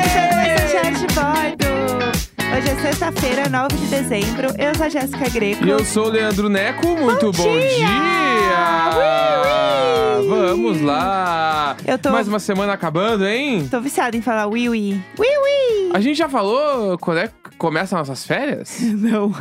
um Hoje é sexta-feira, 9 de dezembro. Eu sou a Jéssica Greco. E eu sou o Leandro Neco, muito bom, dia! dia! Ui, ui! Vamos lá! Eu tô- Mais uma semana acabando, hein? Tô viciada em falar ui ui. Ui ui! A gente já falou quando é que começam nossas férias? É Não. Que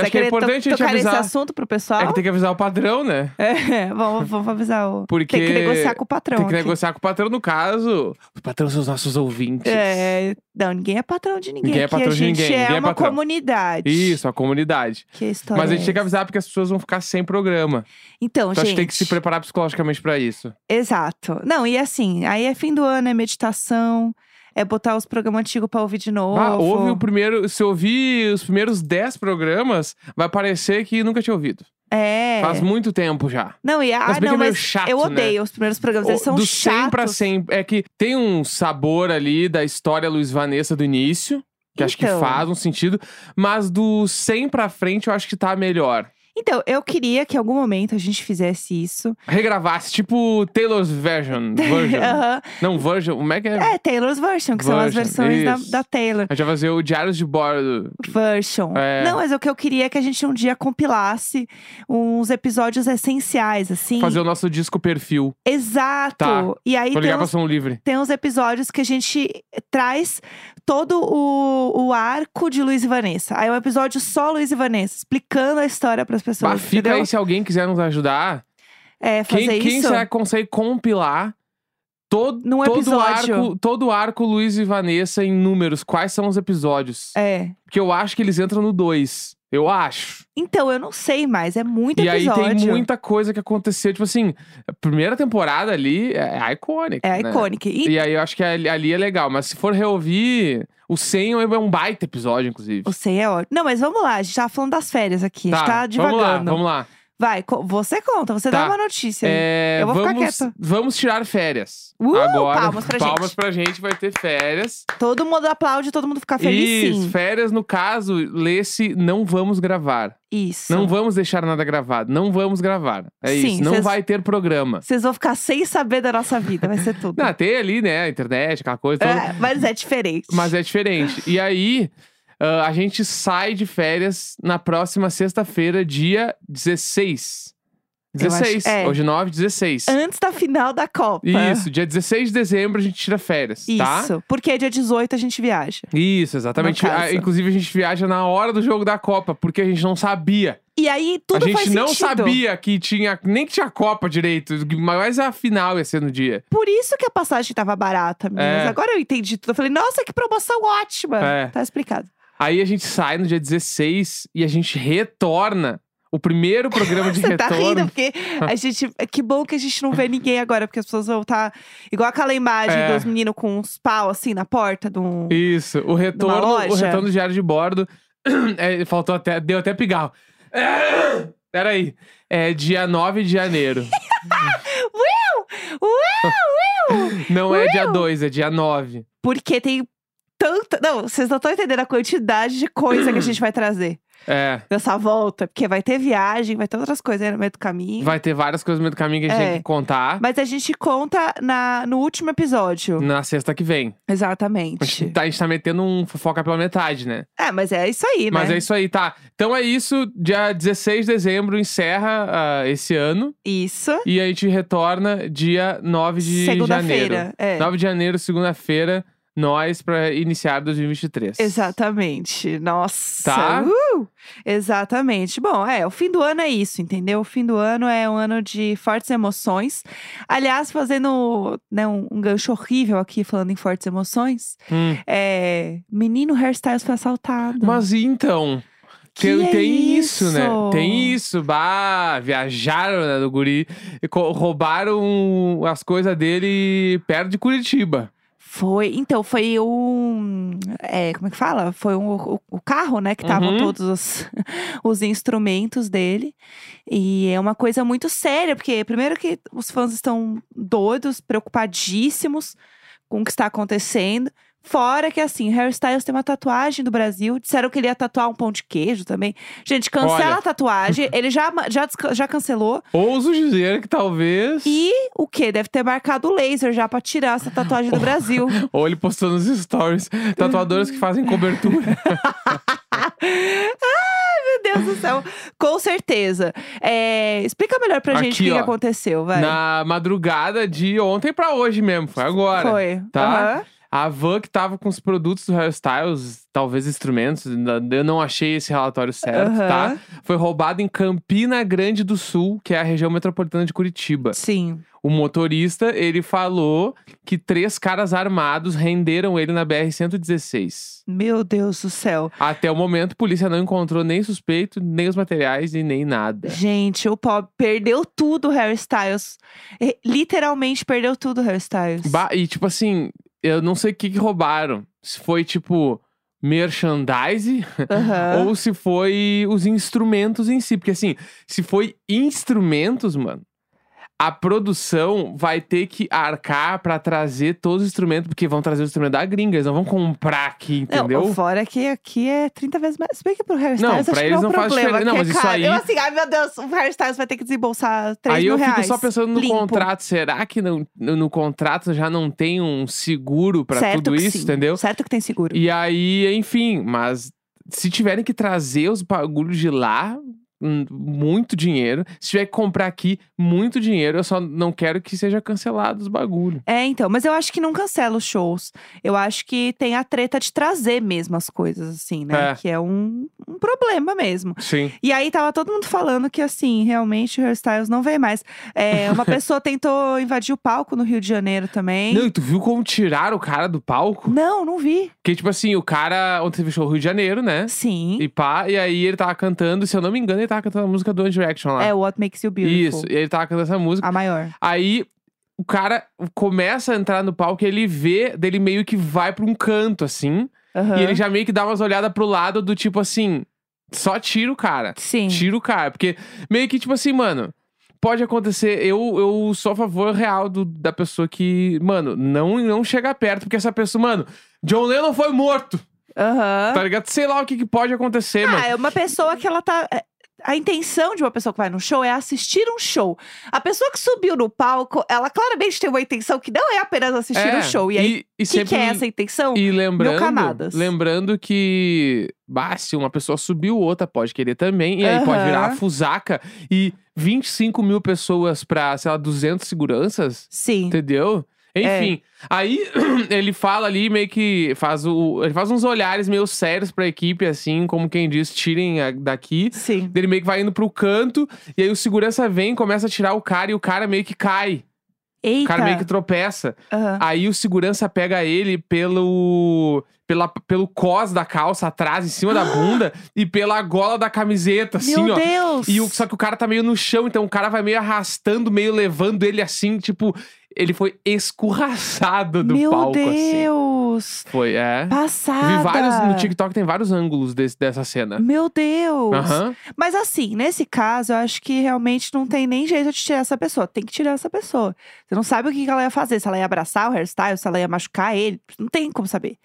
Você acho que quer é importante a gente tocar nesse avisar. assunto pro pessoal? É que tem que avisar o padrão, né? É, vamos, vamos avisar o... Porque Tem que negociar com o patrão Tem que aqui. negociar com o patrão, no caso. O patrão são os nossos ouvintes. É, não, ninguém é patrão de ninguém. Ninguém é aqui. patrão a de gente ninguém, é ninguém é uma patrão. comunidade. Isso, a comunidade. Que história Mas a gente é tem que essa? avisar porque as pessoas vão ficar sem programa. Então, Então acho gente. que tem que se preparar psicologicamente pra isso. Exato. Não, e assim, aí é fim do ano, é meditação, é botar os programas antigos pra ouvir de novo. Ah, ouve o primeiro. Se ouvir os primeiros 10 programas, vai parecer que nunca tinha ouvido. É. Faz muito tempo já. Não, e ah, Mas bem que não, é meio mas chato, eu né? odeio os primeiros programas, eles O- são do 100 pra chatos. 100. É que tem um sabor ali da história Luiz Vanessa do início, que acho que Então. faz um sentido. Mas do 100 pra frente, eu acho que tá melhor. Então, eu queria que em algum momento a gente fizesse isso. Regravasse, tipo Taylor's Version. version. Aham. Não, Version. Como é que é? É, Taylor's Version, que são as Version, versões da, isso. da Taylor. A gente vai fazer o Diários de Bordo. Version. É. Não, mas o que eu queria é que a gente um dia compilasse uns episódios essenciais, assim. Fazer o nosso disco perfil. Exato. Tá. E aí Vou tem ligar pra uns, São Livre. tem uns episódios que a gente traz todo o, o arco de Luiz e Vanessa. Aí é um episódio só Luiz e Vanessa, explicando a história pras pessoas. Bah, fica entendeu? aí se alguém quiser nos ajudar. É, fazer Quem, quem isso. será que consegue compilar todo, Num todo o episódio. arco, todo o arco Luiz e Vanessa em números? Quais são os episódios? É. Porque eu acho que eles entram no 2. Eu acho. Então, eu não sei mais, é muito e episódio. aí tem muita coisa que aconteceu. Tipo assim, a primeira temporada ali é icônica. É né? icônica. E E aí eu acho que ali, ali é legal. Mas se for reouvir, o 100 é um baita episódio, inclusive. o sei é ótimo. Não, mas vamos lá, a gente tava falando das férias aqui, a gente tá vamos divagando. lá, vamos lá. Vai, co- você conta, você Tá. dá uma notícia. aí. É, Eu vou ficar vamos, quieta. vamos tirar férias. Uh, Agora, palmas pra gente. Palmas pra gente, vai ter férias. Todo mundo aplaude, todo mundo fica Tá feliz, Isso, sim. férias no caso, lê-se não vamos gravar. Isso. Não vamos deixar nada gravado, não vamos gravar. É Sim, isso, não cês- vai ter programa. Vocês vão ficar sem saber da nossa vida, vai ser tudo. Não, tem ali, né, a internet, aquela coisa, então- É, mas é diferente. mas é diferente. E aí, ah, a gente sai de férias na próxima sexta-feira, dia 16. Eu acho- 16, é. hoje 9, 16. Antes da final da Copa. Isso, dia 16 de dezembro a gente tira férias, tá? Isso. Porque dia 18 a gente viaja. Isso, exatamente. No caso. Ah, Inclusive, a gente viaja na hora do jogo da Copa, porque a gente não sabia. E aí tudo a gente faz não sentido. sabia que tinha. Nem que tinha Copa direito, mas a final ia ser no dia. Por isso que a passagem tava barata, meninas. É. Agora eu entendi tudo. Eu falei, nossa, que promoção ótima. É. Tá explicado. Aí a gente sai no dia 16 e a gente retorna. O primeiro programa de Você tá retorno. rindo, porque a gente. Que bom que a gente não vê ninguém agora, porque as pessoas vão estar. Igual aquela imagem É. dos meninos com uns pau assim na porta de um. Isso, o retorno, o loja. retorno do diário de bordo. é, faltou até. Deu até pigarro. Peraí. É dia 9 de janeiro. Não é dia 2, é dia 9. Porque tem tanta. Não, vocês não estão entendendo a quantidade de coisa que a gente vai trazer É. nessa volta. Porque vai ter viagem, vai ter outras coisas aí no meio do caminho. Vai ter várias coisas no meio do caminho que a gente É. tem que contar. Mas a gente conta na, no último episódio. Na sexta que vem. A gente, Exatamente. tá, a gente tá metendo um fofoca pela metade, né? É, mas é isso aí, né? Mas é isso aí, tá? Então é isso. Dia 16 de dezembro encerra ah, esse ano. Isso. E a gente retorna dia 9 de janeiro. Segunda-feira. É. 9 de janeiro, segunda-feira, nós pra iniciar 2023. Exatamente. Nossa. Tá? Uh! Exatamente. Bom, é, o fim do ano é isso, entendeu? O fim do ano é um ano de fortes emoções. Aliás, fazendo né, um, um gancho horrível aqui, falando em fortes emoções, Hum. é. Menino Hairstyles foi assaltado. Mas e então? Que tem é tem isso, né? isso? Tem isso. Bah, viajaram né, do guri. e co- Roubaram as coisas dele perto de Curitiba. Foi. Então, foi um. é, como é que fala? Foi um, o, o carro, né? Que estavam Uhum. todos os, os instrumentos dele. E é uma coisa muito séria, porque, primeiro, que os fãs estão doidos, preocupadíssimos com o que está acontecendo. Fora que, assim, Harry Styles tem uma tatuagem do Brasil. Disseram que ele ia tatuar um pão de queijo também. Gente, cancela Olha. a tatuagem. Ele já, já, desca- já cancelou. Ouso dizer que talvez. E o quê? Deve ter marcado o laser já pra tirar essa tatuagem do Brasil. Ou ele postou nos stories. Tatuadores que fazem cobertura. Meu Deus do céu. Com certeza. É, explica melhor pra gente Aqui, o que, que ó. aconteceu, vai. Na madrugada de ontem pra hoje mesmo. Foi agora. Foi. Tá? Aham. A van que tava com os produtos do Hairstyles, talvez instrumentos, n- eu não achei esse relatório certo, Aham. tá? Foi roubada em Campina Grande do Sul, que é a região metropolitana de Curitiba. Sim. O motorista, ele falou que três caras armados renderam ele na BR-116. Meu Deus do céu. Até o momento, a polícia não encontrou nem suspeito, nem os materiais e nem nada. Gente, o pobre perdeu tudo, Harry Styles. E- Literalmente perdeu tudo, Harry Styles. Ba- e tipo assim, eu não sei o que, que roubaram. Se foi tipo merchandise Aham. ou se foi os instrumentos em si. Porque assim, se foi instrumentos, mano, a produção vai ter que arcar pra trazer todos os instrumentos, porque vão trazer os instrumentos da gringa, eles não vão comprar aqui, entendeu? Não, fora que aqui é 30 vezes mais. Se bem que pro Harry Não, Styles acho pra que eles não é um não faz problema. diferença. Não, que é mas isso caro. aí- Eu assim, ai meu Deus, o Harry Styles vai ter que desembolsar 3 Aí mil eu fico reais. só pensando no Limpo. contrato. Será que não- no, no contrato já não tem um seguro pra certo tudo que isso, sim. entendeu? Certo que tem seguro. E aí, enfim, mas se tiverem que trazer os bagulhos de lá, hum, muito dinheiro. Se tiver que comprar aqui, muito dinheiro. Eu só não quero que seja cancelado os bagulhos. É, então, mas eu acho que não cancela os shows. Eu acho que tem a treta de trazer mesmo as coisas, assim, né? É. Que é um, um problema mesmo. Sim. E aí tava todo mundo falando que, assim, realmente o Hairstyles não vem mais. É, uma pessoa tentou invadir o palco no Rio de Janeiro também. Não, e tu viu como tiraram o cara do palco? não, não vi. Porque, tipo assim, o cara ontem teve show no Rio de Janeiro, né? Sim. E pá, e aí ele tava cantando, se eu não me engano, ele tava cantando a música do One Direction lá. É What Makes You Beautiful. Isso, e ele tava cantando essa música. A maior. Aí o cara começa a entrar no palco e ele vê, dele meio que vai pra um canto, assim. Aham. E ele já meio que dá umas olhadas pro lado do tipo assim: só tira o cara. Sim. Tira o cara. Porque meio que tipo assim, mano. Pode acontecer, eu, eu sou a favor real do- da pessoa que, mano, não, não chega perto, porque essa pessoa, mano, John Lennon foi morto, Aham. tá ligado? Sei lá o que, que pode acontecer, mano. Ah, é uma pessoa que ela tá. é, A intenção de uma pessoa que vai num show é assistir um show. A pessoa que subiu no palco, ela claramente tem uma intenção que não é apenas assistir É, um show. E aí, e, o que, que é essa intenção? E lembrando, camadas. lembrando que bah, se uma pessoa subiu, outra pode querer também. E aí pode virar a Aham. fusaca. E 25 mil pessoas pra, sei lá, 200 seguranças, Sim. É. entendeu? Enfim, aí ele fala ali meio que faz o ele faz uns olhares meio sérios pra equipe assim, como quem diz, tirem a- daqui. Sim. Ele meio que vai indo pro canto e aí o segurança vem, começa a tirar o cara e o cara meio que cai. O Eita. cara meio que tropeça. Aham. Aí o segurança pega ele pelo. Pela, pelo cos da calça atrás, em cima da bunda, e pela gola da camiseta, assim, Meu ó. Deus! E o, só que o cara tá meio no chão, então o cara vai meio arrastando, meio levando ele assim, tipo, ele foi escorraçado do Meu palco, assim. Deus! Foi, é. Passada! Vi vários. No TikTok tem vários ângulos desse- dessa cena. Meu Deus! Aham. Mas assim, nesse caso, eu acho que realmente não tem nem jeito de tirar essa pessoa. Tem que tirar essa pessoa. Você não sabe o que que ela ia fazer. Se ela ia abraçar o hairstyle, se ela ia machucar ele. Não tem como saber.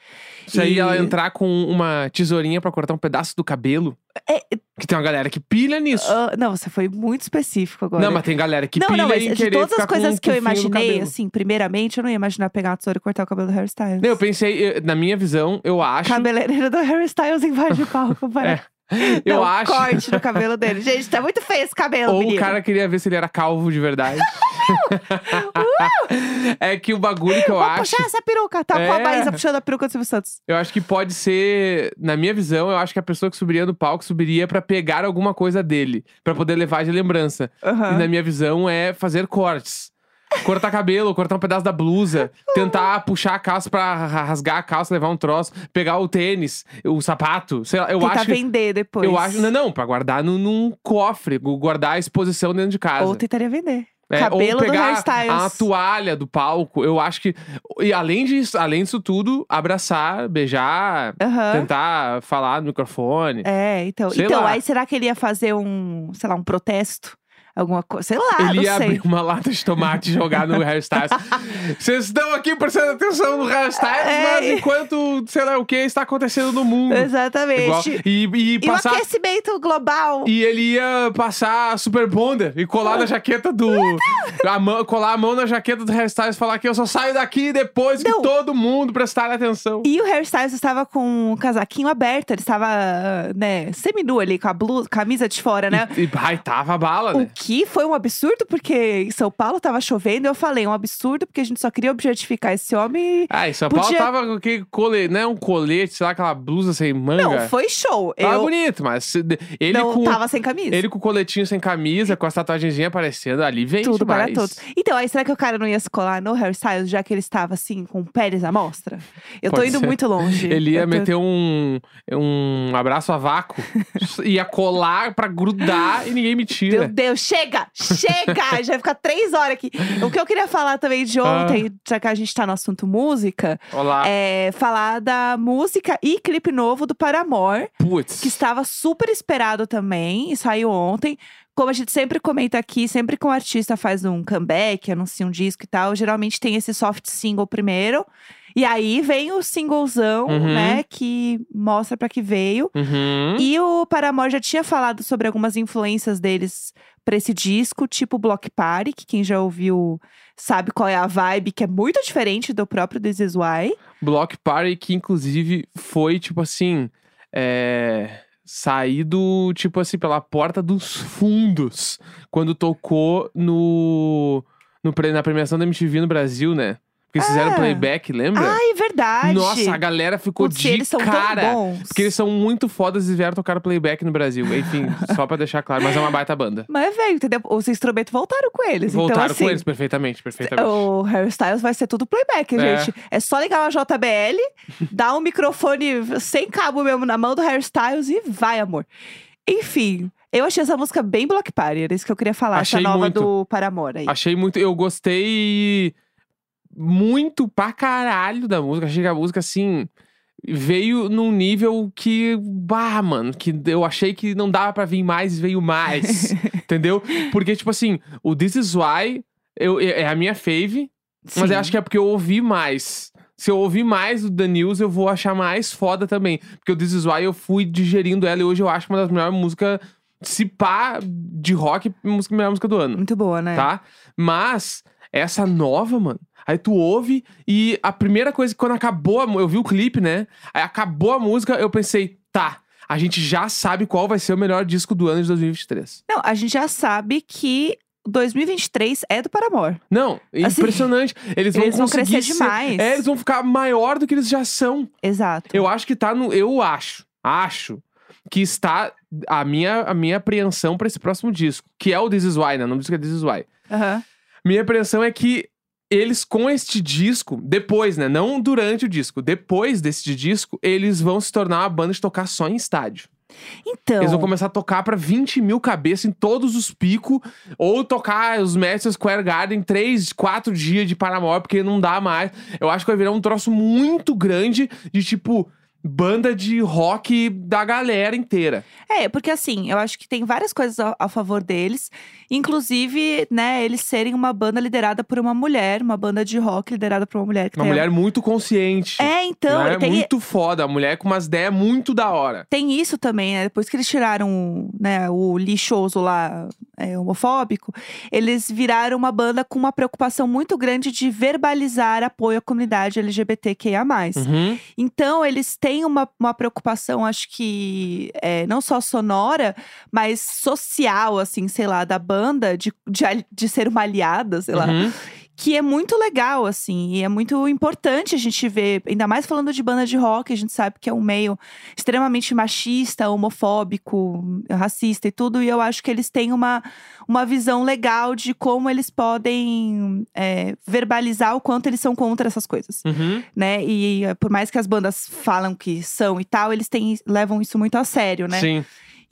Se aí E- ela entrar com uma tesourinha pra cortar um pedaço do cabelo. É- Que tem uma galera que pilha nisso. Ah, não, você foi muito específico agora. Não, mas tem galera que não, pilha não, mas em de querer todas ficar as com coisas um que eu tufinho no imaginei, cabelo. assim, primeiramente, eu não ia imaginar pegar a tesoura e cortar o cabelo do hairstyle. Não, eu pensei, eu- na minha visão, eu acho. É. Cabeleireiro do Harry Styles invade o palco para dar eu um acho. corte no cabelo dele. Gente, tá muito feio esse cabelo, Ou menino. o cara queria ver se ele era calvo de verdade. é que o bagulho que eu Vou acho. puxar essa peruca. Tá com a É. Maísa puxando a peruca do Silvio Santos. Eu acho que pode ser. Na minha visão, eu acho que a pessoa que subiria no palco subiria pra pegar alguma coisa dele. pra poder levar de lembrança. E Aham. na minha visão é fazer cortes. Cortar cabelo, cortar um pedaço da blusa, tentar puxar a calça pra ra- rasgar a calça, levar um troço, pegar o tênis, o sapato, sei lá, eu Tentar acho que vender depois. Eu acho, não, é não, pra guardar no, num cofre, gu- guardar a exposição dentro de casa. Ou tentaria vender. É, Cabelo ou do pegar hairstyles. a toalha do palco. Eu acho que. E além disso, além disso tudo, abraçar, beijar, Aham. tentar falar no microfone. É, então. Sei então, lá. aí será que ele ia fazer um, sei lá, um protesto? alguma coisa. Sei lá, Ele não ia sei. abrir uma lata de tomate e jogar no hairstyles. Vocês estão aqui prestando atenção no hairstyles, É, mas e- enquanto, sei lá o que, está acontecendo no mundo. um Igual- Exatamente. e, é, e E o passar. aquecimento global. E ele ia passar super bonder e colar na jaqueta do. a mão- colar a mão na jaqueta do hairstyles e falar que eu só saio daqui depois que Não. todo mundo prestar atenção. E o hairstyles estava com o casaquinho aberto, ele estava, né, seminu ali, com a blusa, camisa de fora, né? E, e baitava a bala, O né? que foi um absurdo, porque em São Paulo tava chovendo, eu falei, um absurdo, porque a gente só queria objetificar esse homem. Ah, e São Podia- Paulo tava com aquele colete, né? Um colete, sei lá, aquela blusa sem manga. Não, foi show. Tava eu bonito, mas se- ele não com tava sem camisa. Ele com o coletinho sem camisa, com as tatuagenzinhas aparecendo ali, vem Tudo demais. para todos. Então, aí será que o cara não ia se colar no hairstyle, já que ele estava assim, com peles à mostra? Eu tô Pode indo ser. muito longe. Ele ia Eu tô- meter um, um abraço a vácuo, ia colar pra grudar e ninguém me Meu tira. Deus, chega! Chega! já vai ficar três horas aqui. O que eu queria falar também de Ah. ontem, já que a gente tá no assunto música, Olá. é falar da música e clipe novo do Paramore, que Putz. estava super esperado também e saiu ontem. Como a gente sempre comenta aqui, sempre que um artista faz um comeback, anuncia um disco e tal, geralmente tem esse soft single primeiro. E aí vem o singlezão, Uhum. né, que mostra pra que veio. Uhum. E o Paramore já tinha falado sobre algumas influências deles pra esse disco, tipo Block Party, que quem já ouviu sabe qual é a vibe, que é muito diferente do próprio This Is Why. Block Party, que inclusive foi, tipo assim, é... saído, tipo assim, pela porta dos fundos, quando tocou no... no pre- na premiação da MTV no Brasil, né? Porque eles fizeram Ah. playback, lembra? Ah, é verdade! Hum. Nossa, a galera ficou Putz, de eles são cara. tão bons. Porque eles são muito fodas e vieram tocar playback no Brasil. Enfim, só pra deixar claro, mas é uma baita banda. Mas, velho, entendeu? Os instrumentos voltaram com eles. Voltaram então, assim, com eles perfeitamente, perfeitamente. O hairstyles vai ser tudo playback, É. gente. É só ligar uma JBL, dar um microfone sem cabo mesmo na mão do hairstyles e vai, amor. Enfim, eu achei essa música bem Block Party, era isso que eu queria falar. Achei essa nova muito. do Paramore aí. Achei muito. Eu gostei muito pra caralho da música. Achei que a música, assim, veio num nível que. Bah, mano, que eu achei que não dava pra vir mais, veio mais. entendeu? Porque, tipo assim, o This Is Why eu- é a minha fave. Mas Sim. eu acho que é porque eu ouvi mais. Se eu ouvir mais do The News, eu vou achar mais foda também. Porque o This Is Why eu fui digerindo ela e hoje eu acho uma das melhores músicas, se pá, de rock, música, melhor música do ano, Muito boa, né? tá? Mas essa nova, mano, aí tu ouve e a primeira coisa que quando acabou, a mu- eu vi o clipe, né? Aí acabou a música, eu pensei, tá, a gente já sabe qual vai ser o melhor disco do ano de 2023. Não, a gente já sabe que 2023 é do Paramore. Não, é Assim, impressionante. Eles vão eles vão conseguir crescer ser- demais. É, eles vão ficar maior do que eles já são. Exato. Eu acho que tá no. Eu acho. Acho. Que está a minha, a minha apreensão pra esse próximo disco. Que é o This Is Why, né? Não diz que é This Is Why. Aham. Minha apreensão é que eles, com este disco, depois, né? Não durante o disco, depois desse disco, eles vão se tornar uma banda de tocar só em estádio. Então. Eles vão começar a tocar pra 20 mil cabeças em todos os picos, ou tocar os Madison Square Garden três, quatro dias de Paramore, porque não dá mais. Eu acho que vai virar um troço muito grande de tipo. Banda de rock da galera inteira. É, porque assim, eu acho que tem várias coisas a, a favor deles. Inclusive, né, eles serem uma banda liderada por uma mulher, uma banda de rock liderada por uma mulher que Uma tem. mulher muito consciente. É, então, né? tem, Muito foda. A mulher com umas ideias muito da hora. tem isso também, né? Depois que eles tiraram né, o lixoso lá é, homofóbico, eles viraram uma banda com uma preocupação muito grande de verbalizar apoio à comunidade LGBTQIA. Uhum. Então, eles têm uma, uma preocupação, acho que é, não só sonora, mas social, assim, sei lá, da banda, de, de, ali- de ser uma aliada, sei lá. Uhum. Que é muito legal, assim, e é muito importante a gente ver, ainda mais falando de banda de rock, a gente sabe que é um meio extremamente machista, homofóbico, racista e tudo, e eu acho que eles têm uma, uma visão legal de como eles podem é, verbalizar o quanto eles são contra essas coisas Uhum. né? E eh, por mais que as bandas falam que são e tal, eles têm, levam isso muito a sério, né? Sim.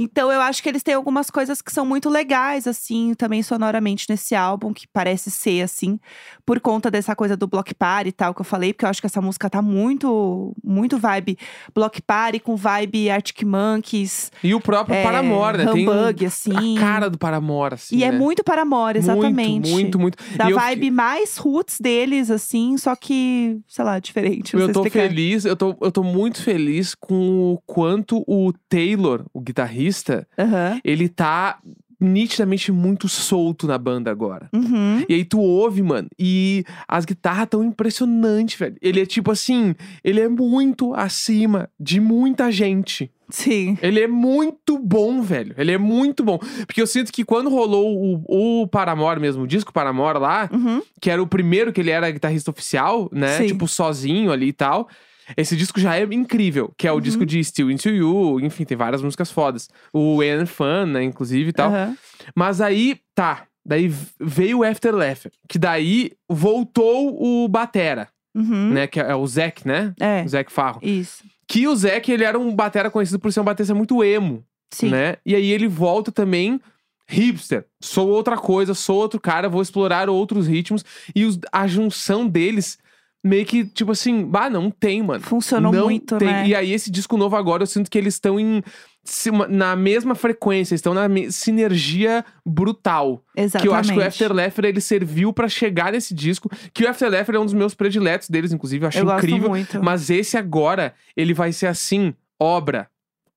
Então eu acho que eles têm algumas coisas que são muito legais, assim, também sonoramente nesse álbum, que parece ser, assim, por conta dessa coisa do block party e tal que eu falei, porque eu acho que essa música tá muito, muito vibe block party, com vibe Arctic Monkeys, E o próprio é, Paramore, né? Tem Humbug, a assim. cara do Paramore, assim, e né? é muito Paramore, exatamente. Muito, muito, muito. Da e eu, vibe mais roots deles, assim, só que, sei lá, diferente. não eu sei tô explicar. feliz, eu tô, eu tô muito feliz com o quanto o Taylor, o guitarrista, Aham. ele tá nitidamente muito solto na banda agora. Uhum. E aí tu ouve, mano, e as guitarras tão impressionantes, velho. Ele é tipo assim, ele é muito acima de muita gente. Sim. Ele é muito bom, velho. Ele é muito bom. Porque eu sinto que quando rolou o, o Paramore mesmo, o disco Paramore lá, Uhum. que era o primeiro que ele era guitarrista oficial, né? Sim. Tipo, sozinho ali e tal. Esse disco já é incrível, que é o Uhum. disco de Still Into You, enfim, tem várias músicas fodas. O Anne Fan, né, inclusive e tal. Aham. Mas aí, tá. Daí v- veio o After Laughter, que daí voltou o Batera, Uhum. né? Que é o Zac, né? É. O Zac Farro. Isso. Que o Zac, ele era um batera conhecido por ser um baterista muito emo, Sim. né? E aí ele volta também hipster. Sou outra coisa, sou outro cara, vou explorar outros ritmos. E os- a junção deles meio que, tipo assim, bah, não tem, mano. Funcionou não muito, tem. né? E aí esse disco novo agora, eu sinto que eles estão em... se- Na mesma frequência, estão na me- sinergia brutal. Exatamente. Que eu acho que o After Laughter, ele serviu pra chegar nesse disco. Que o After Laughter é um dos meus prediletos deles, inclusive. Eu acho Eu gosto incrível. muito. Mas esse agora, ele vai ser assim, obra.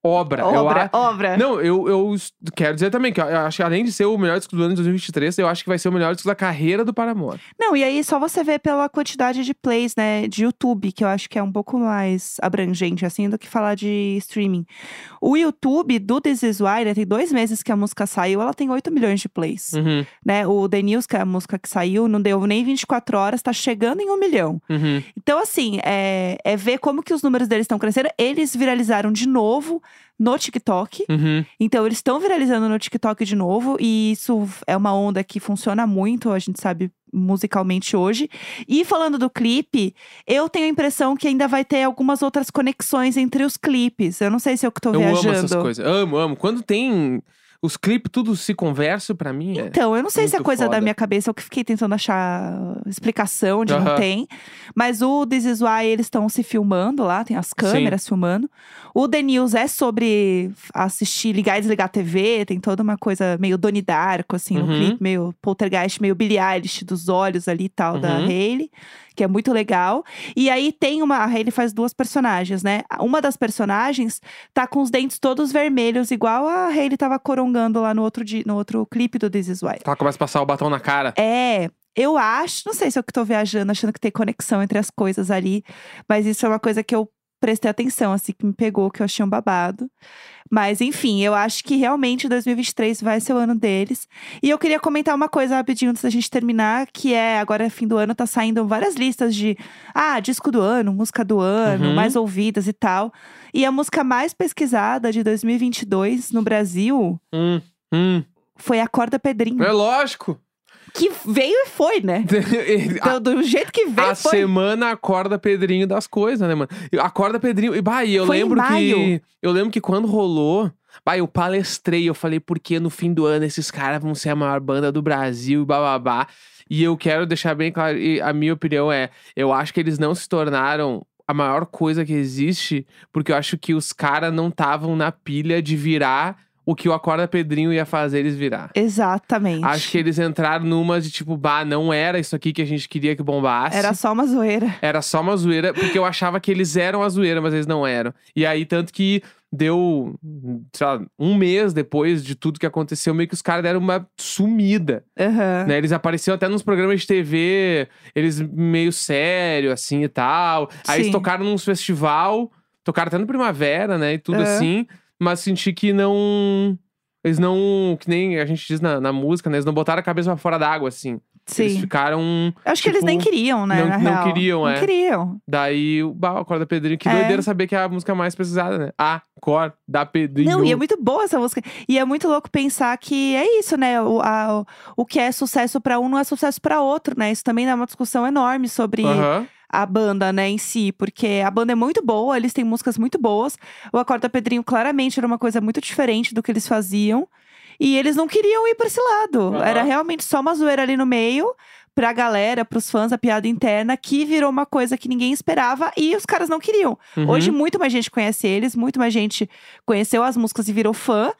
Obra. Eu Obra, a- obra. Não, eu, eu s- quero dizer também que eu acho que além de ser o melhor disco do ano de 2023, eu acho que vai ser o melhor disco da carreira do Paramore. Não, e aí só você vê pela quantidade de plays, né, de YouTube, que eu acho que é um pouco mais abrangente, assim, do que falar de streaming. O YouTube do This Is Why, né, tem dois meses que a música saiu, ela tem 8 milhões de plays, Uhum, né? O The News, que é a música que saiu, não deu nem 24 horas, tá chegando em um milhão. uhum. Então, assim, é, é ver como que os números deles estão crescendo. Eles viralizaram de novo no TikTok. Uhum. Então, eles estão viralizando no TikTok de novo, e isso é uma onda que funciona muito, a gente sabe musicalmente hoje. E falando do clipe, eu tenho a impressão que ainda vai ter algumas outras conexões entre os clipes. Eu não sei se eu que tô Eu viajando. amo essas coisas. Amo, amo. Quando tem os clipes, tudo se conversa pra mim. é- Então, eu não sei se é Muito coisa foda. da minha cabeça, eu que fiquei tentando achar explicação onde Aham. não tem. Mas o This Is Why, eles estão se filmando lá, tem as câmeras filmando. O The News é sobre assistir, ligar e desligar a TV, tem toda uma coisa meio Doni Darko, assim, no Uhum. clipe, meio poltergeist, meio Billie Eilish dos olhos ali e tal, da Uhum. Hailey, que é muito legal. E aí tem uma, a Hailey faz duas personagens, né? Uma das personagens tá com os dentes todos vermelhos, igual a Hailey tava corongando lá no outro, di- no outro clipe do This Is Why. Ela Tá, começa a passar o batom na cara. É, eu acho, não sei se eu que tô viajando, achando que tem conexão entre as coisas ali, mas isso é uma coisa que eu prestei atenção, assim, que me pegou, que eu achei um babado. Mas enfim, eu acho que realmente 2023 vai ser o ano deles. E eu queria comentar uma coisa rapidinho antes da gente terminar, que é agora fim do ano tá saindo várias listas de ah, disco do ano, música do ano, Uhum. mais ouvidas e tal. E a música mais pesquisada de 2022 no Brasil Hum, hum. foi Acorda Pedrinho, É lógico. que veio e foi, né? Do, do jeito que veio, a foi. semana acorda Pedrinho das coisas, né, mano? E Acorda Pedrinho. E, bah, e eu Foi em lembro maio. que. Eu lembro que quando rolou. Bah, eu palestrei, eu falei, porque no fim do ano esses caras vão ser a maior banda do Brasil e bababá. E eu quero deixar bem claro, e a minha opinião é: eu acho que eles não se tornaram a maior coisa que existe, porque eu acho que os caras não estavam na pilha de virar o que o Acorda Pedrinho ia fazer eles virar. Exatamente. Acho que eles entraram numa de tipo, bah, não era isso aqui que a gente queria que bombasse. Era só uma zoeira. Era só uma zoeira, porque eu achava que eles eram a zoeira, mas eles não eram. E aí, tanto que deu, sei lá, um mês depois de tudo que aconteceu, meio que os caras deram uma sumida, Aham. né? Eles apareciam até nos programas de TV, eles meio sério, assim, e tal. Aí eles Sim. tocaram num festival, tocaram até no Primavera, né? E tudo É. assim, mas senti que não... Eles não, que nem a gente diz na, na música, né? Eles não botaram a cabeça pra fora d'água, assim. Eles Sim. ficaram... Acho que eles tipo, nem queriam, né? não- na não real. queriam, Não é. queriam. Daí, o bah, Acorda Pedrinho. Que É. doideira saber que é a música mais pesquisada, né? Acorda Pedrinho. Não, e é muito boa essa música. E é muito louco pensar que é isso, né? O, a- o- o que é sucesso pra um não é sucesso pra outro, né? Isso também dá uma discussão enorme sobre Aham. a banda, né, em si, porque a banda é muito boa, eles têm músicas muito boas. O Acorda Pedrinho claramente era uma coisa muito diferente do que eles faziam. E eles não queriam ir pra esse lado. Aham. Era realmente só uma zoeira ali no meio, pra galera, pros fãs, a piada interna, que virou uma coisa que ninguém esperava e os caras não queriam. Uhum. Hoje, muito mais gente conhece eles, muito mais gente conheceu as músicas e virou fã.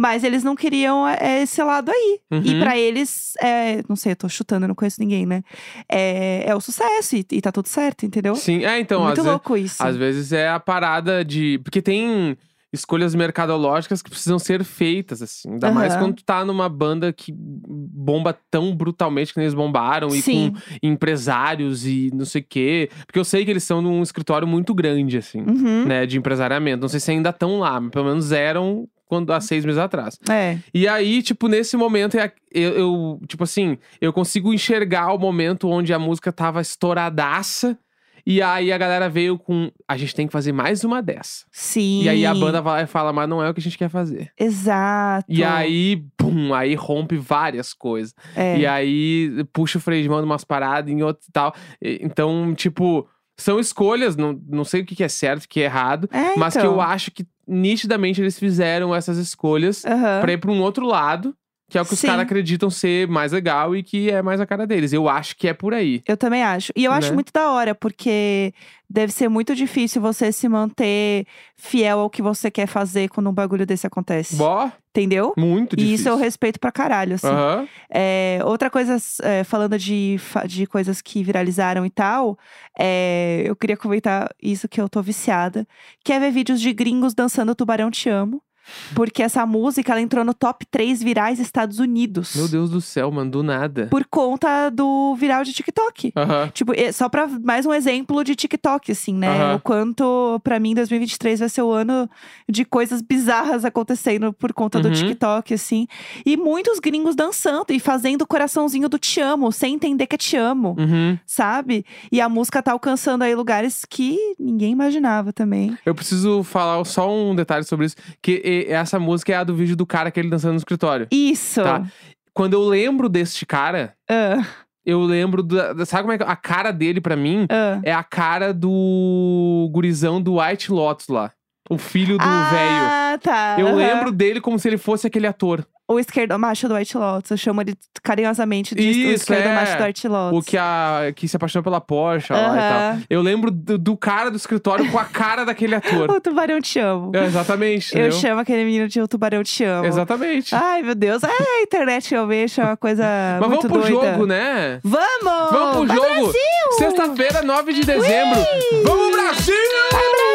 Mas eles não queriam é, esse lado aí. E Uhum. pra eles, é, não sei, eu tô chutando, eu não conheço ninguém, né? É, é o sucesso e, e tá tudo certo, entendeu? Sim, é, então, às, Muito ve- louco assim. isso. às vezes é a parada de. Porque tem escolhas mercadológicas que precisam ser feitas, assim. Ainda mais Aham. quando tu tá numa banda que bomba tão brutalmente que eles bombaram e Sim. com empresários e não sei o quê. Porque eu sei que eles são num escritório muito grande, assim, Uhum. né, de empresariamento. Não sei se ainda estão lá, mas pelo menos eram quando, Uhum. há seis meses atrás. É. E aí, tipo, nesse momento, é a- eu, eu, tipo assim, eu consigo enxergar o momento onde a música tava estouradaça. E aí a galera veio com, a gente tem que fazer mais uma dessa. Sim. E aí a banda vai lá e fala, mas não é o que a gente quer fazer. Exato. E aí, pum, aí rompe várias coisas. É. E aí puxa o freio de mão de umas paradas em outro e tal. E- Então, tipo, são escolhas, não, não sei o que que é certo, o que é errado. É, Mas que então. eu acho que nitidamente eles fizeram essas escolhas Aham. pra ir pra um outro lado, que é o que os Sim. caras acreditam ser mais legal e que é mais a cara deles. Eu acho que é por aí. Eu também acho. E eu acho Né? muito da hora, porque deve ser muito difícil você se manter fiel ao que você quer fazer quando um bagulho desse acontece. Bó, Entendeu? muito E difícil. isso eu respeito pra caralho, assim. Aham. É, outra coisa, s- é, falando de, fa- de coisas que viralizaram e tal, é, eu queria comentar isso que eu tô viciada, que é ver vídeos de gringos dançando Tubarão Te Amo. Porque essa música, ela entrou no top 3 virais Estados Unidos. Meu Deus do céu, mano, do nada. Por conta do viral de TikTok. Aham. Tipo, é só pra mais um exemplo de TikTok, assim, né? Aham. O quanto, pra mim, 2023 vai ser o ano de coisas bizarras acontecendo por conta do Uhum. TikTok, assim. E muitos gringos dançando e fazendo o coraçãozinho do te amo, sem entender que é te amo, Uhum. sabe? E a música tá alcançando aí lugares que ninguém imaginava também. Eu preciso falar só um detalhe sobre isso. Que e- essa música é a do vídeo do cara que ele dançando no escritório. Isso! Tá. Quando eu lembro deste cara, Ah, eu lembro da. da- Sabe como é que. A cara dele, pra mim, ah. é a cara do gurizão do White Lotus lá. O filho do velho. Ah, tá. Eu aham. lembro dele como se ele fosse aquele ator. O esquerdo macho do White Lotus. Eu chamo ele carinhosamente de o Isso, esquerdo é. macho do White Lotus. O que, a, que se apaixonou pela Porsche lá e tal. Aham. Eu lembro do, do cara do escritório com a cara daquele ator. O tubarão te amo. É, exatamente. Eu entendeu? chamo aquele menino de O Tubarão Te Amo. Exatamente. Ai, meu Deus. É, a internet realmente é uma coisa Mas vamos muito pro doida. jogo, né? Vamos! Vamos pro Vai, jogo! Brasil! Sexta-feira, 9 de dezembro. Vamos, Brasil! Vai,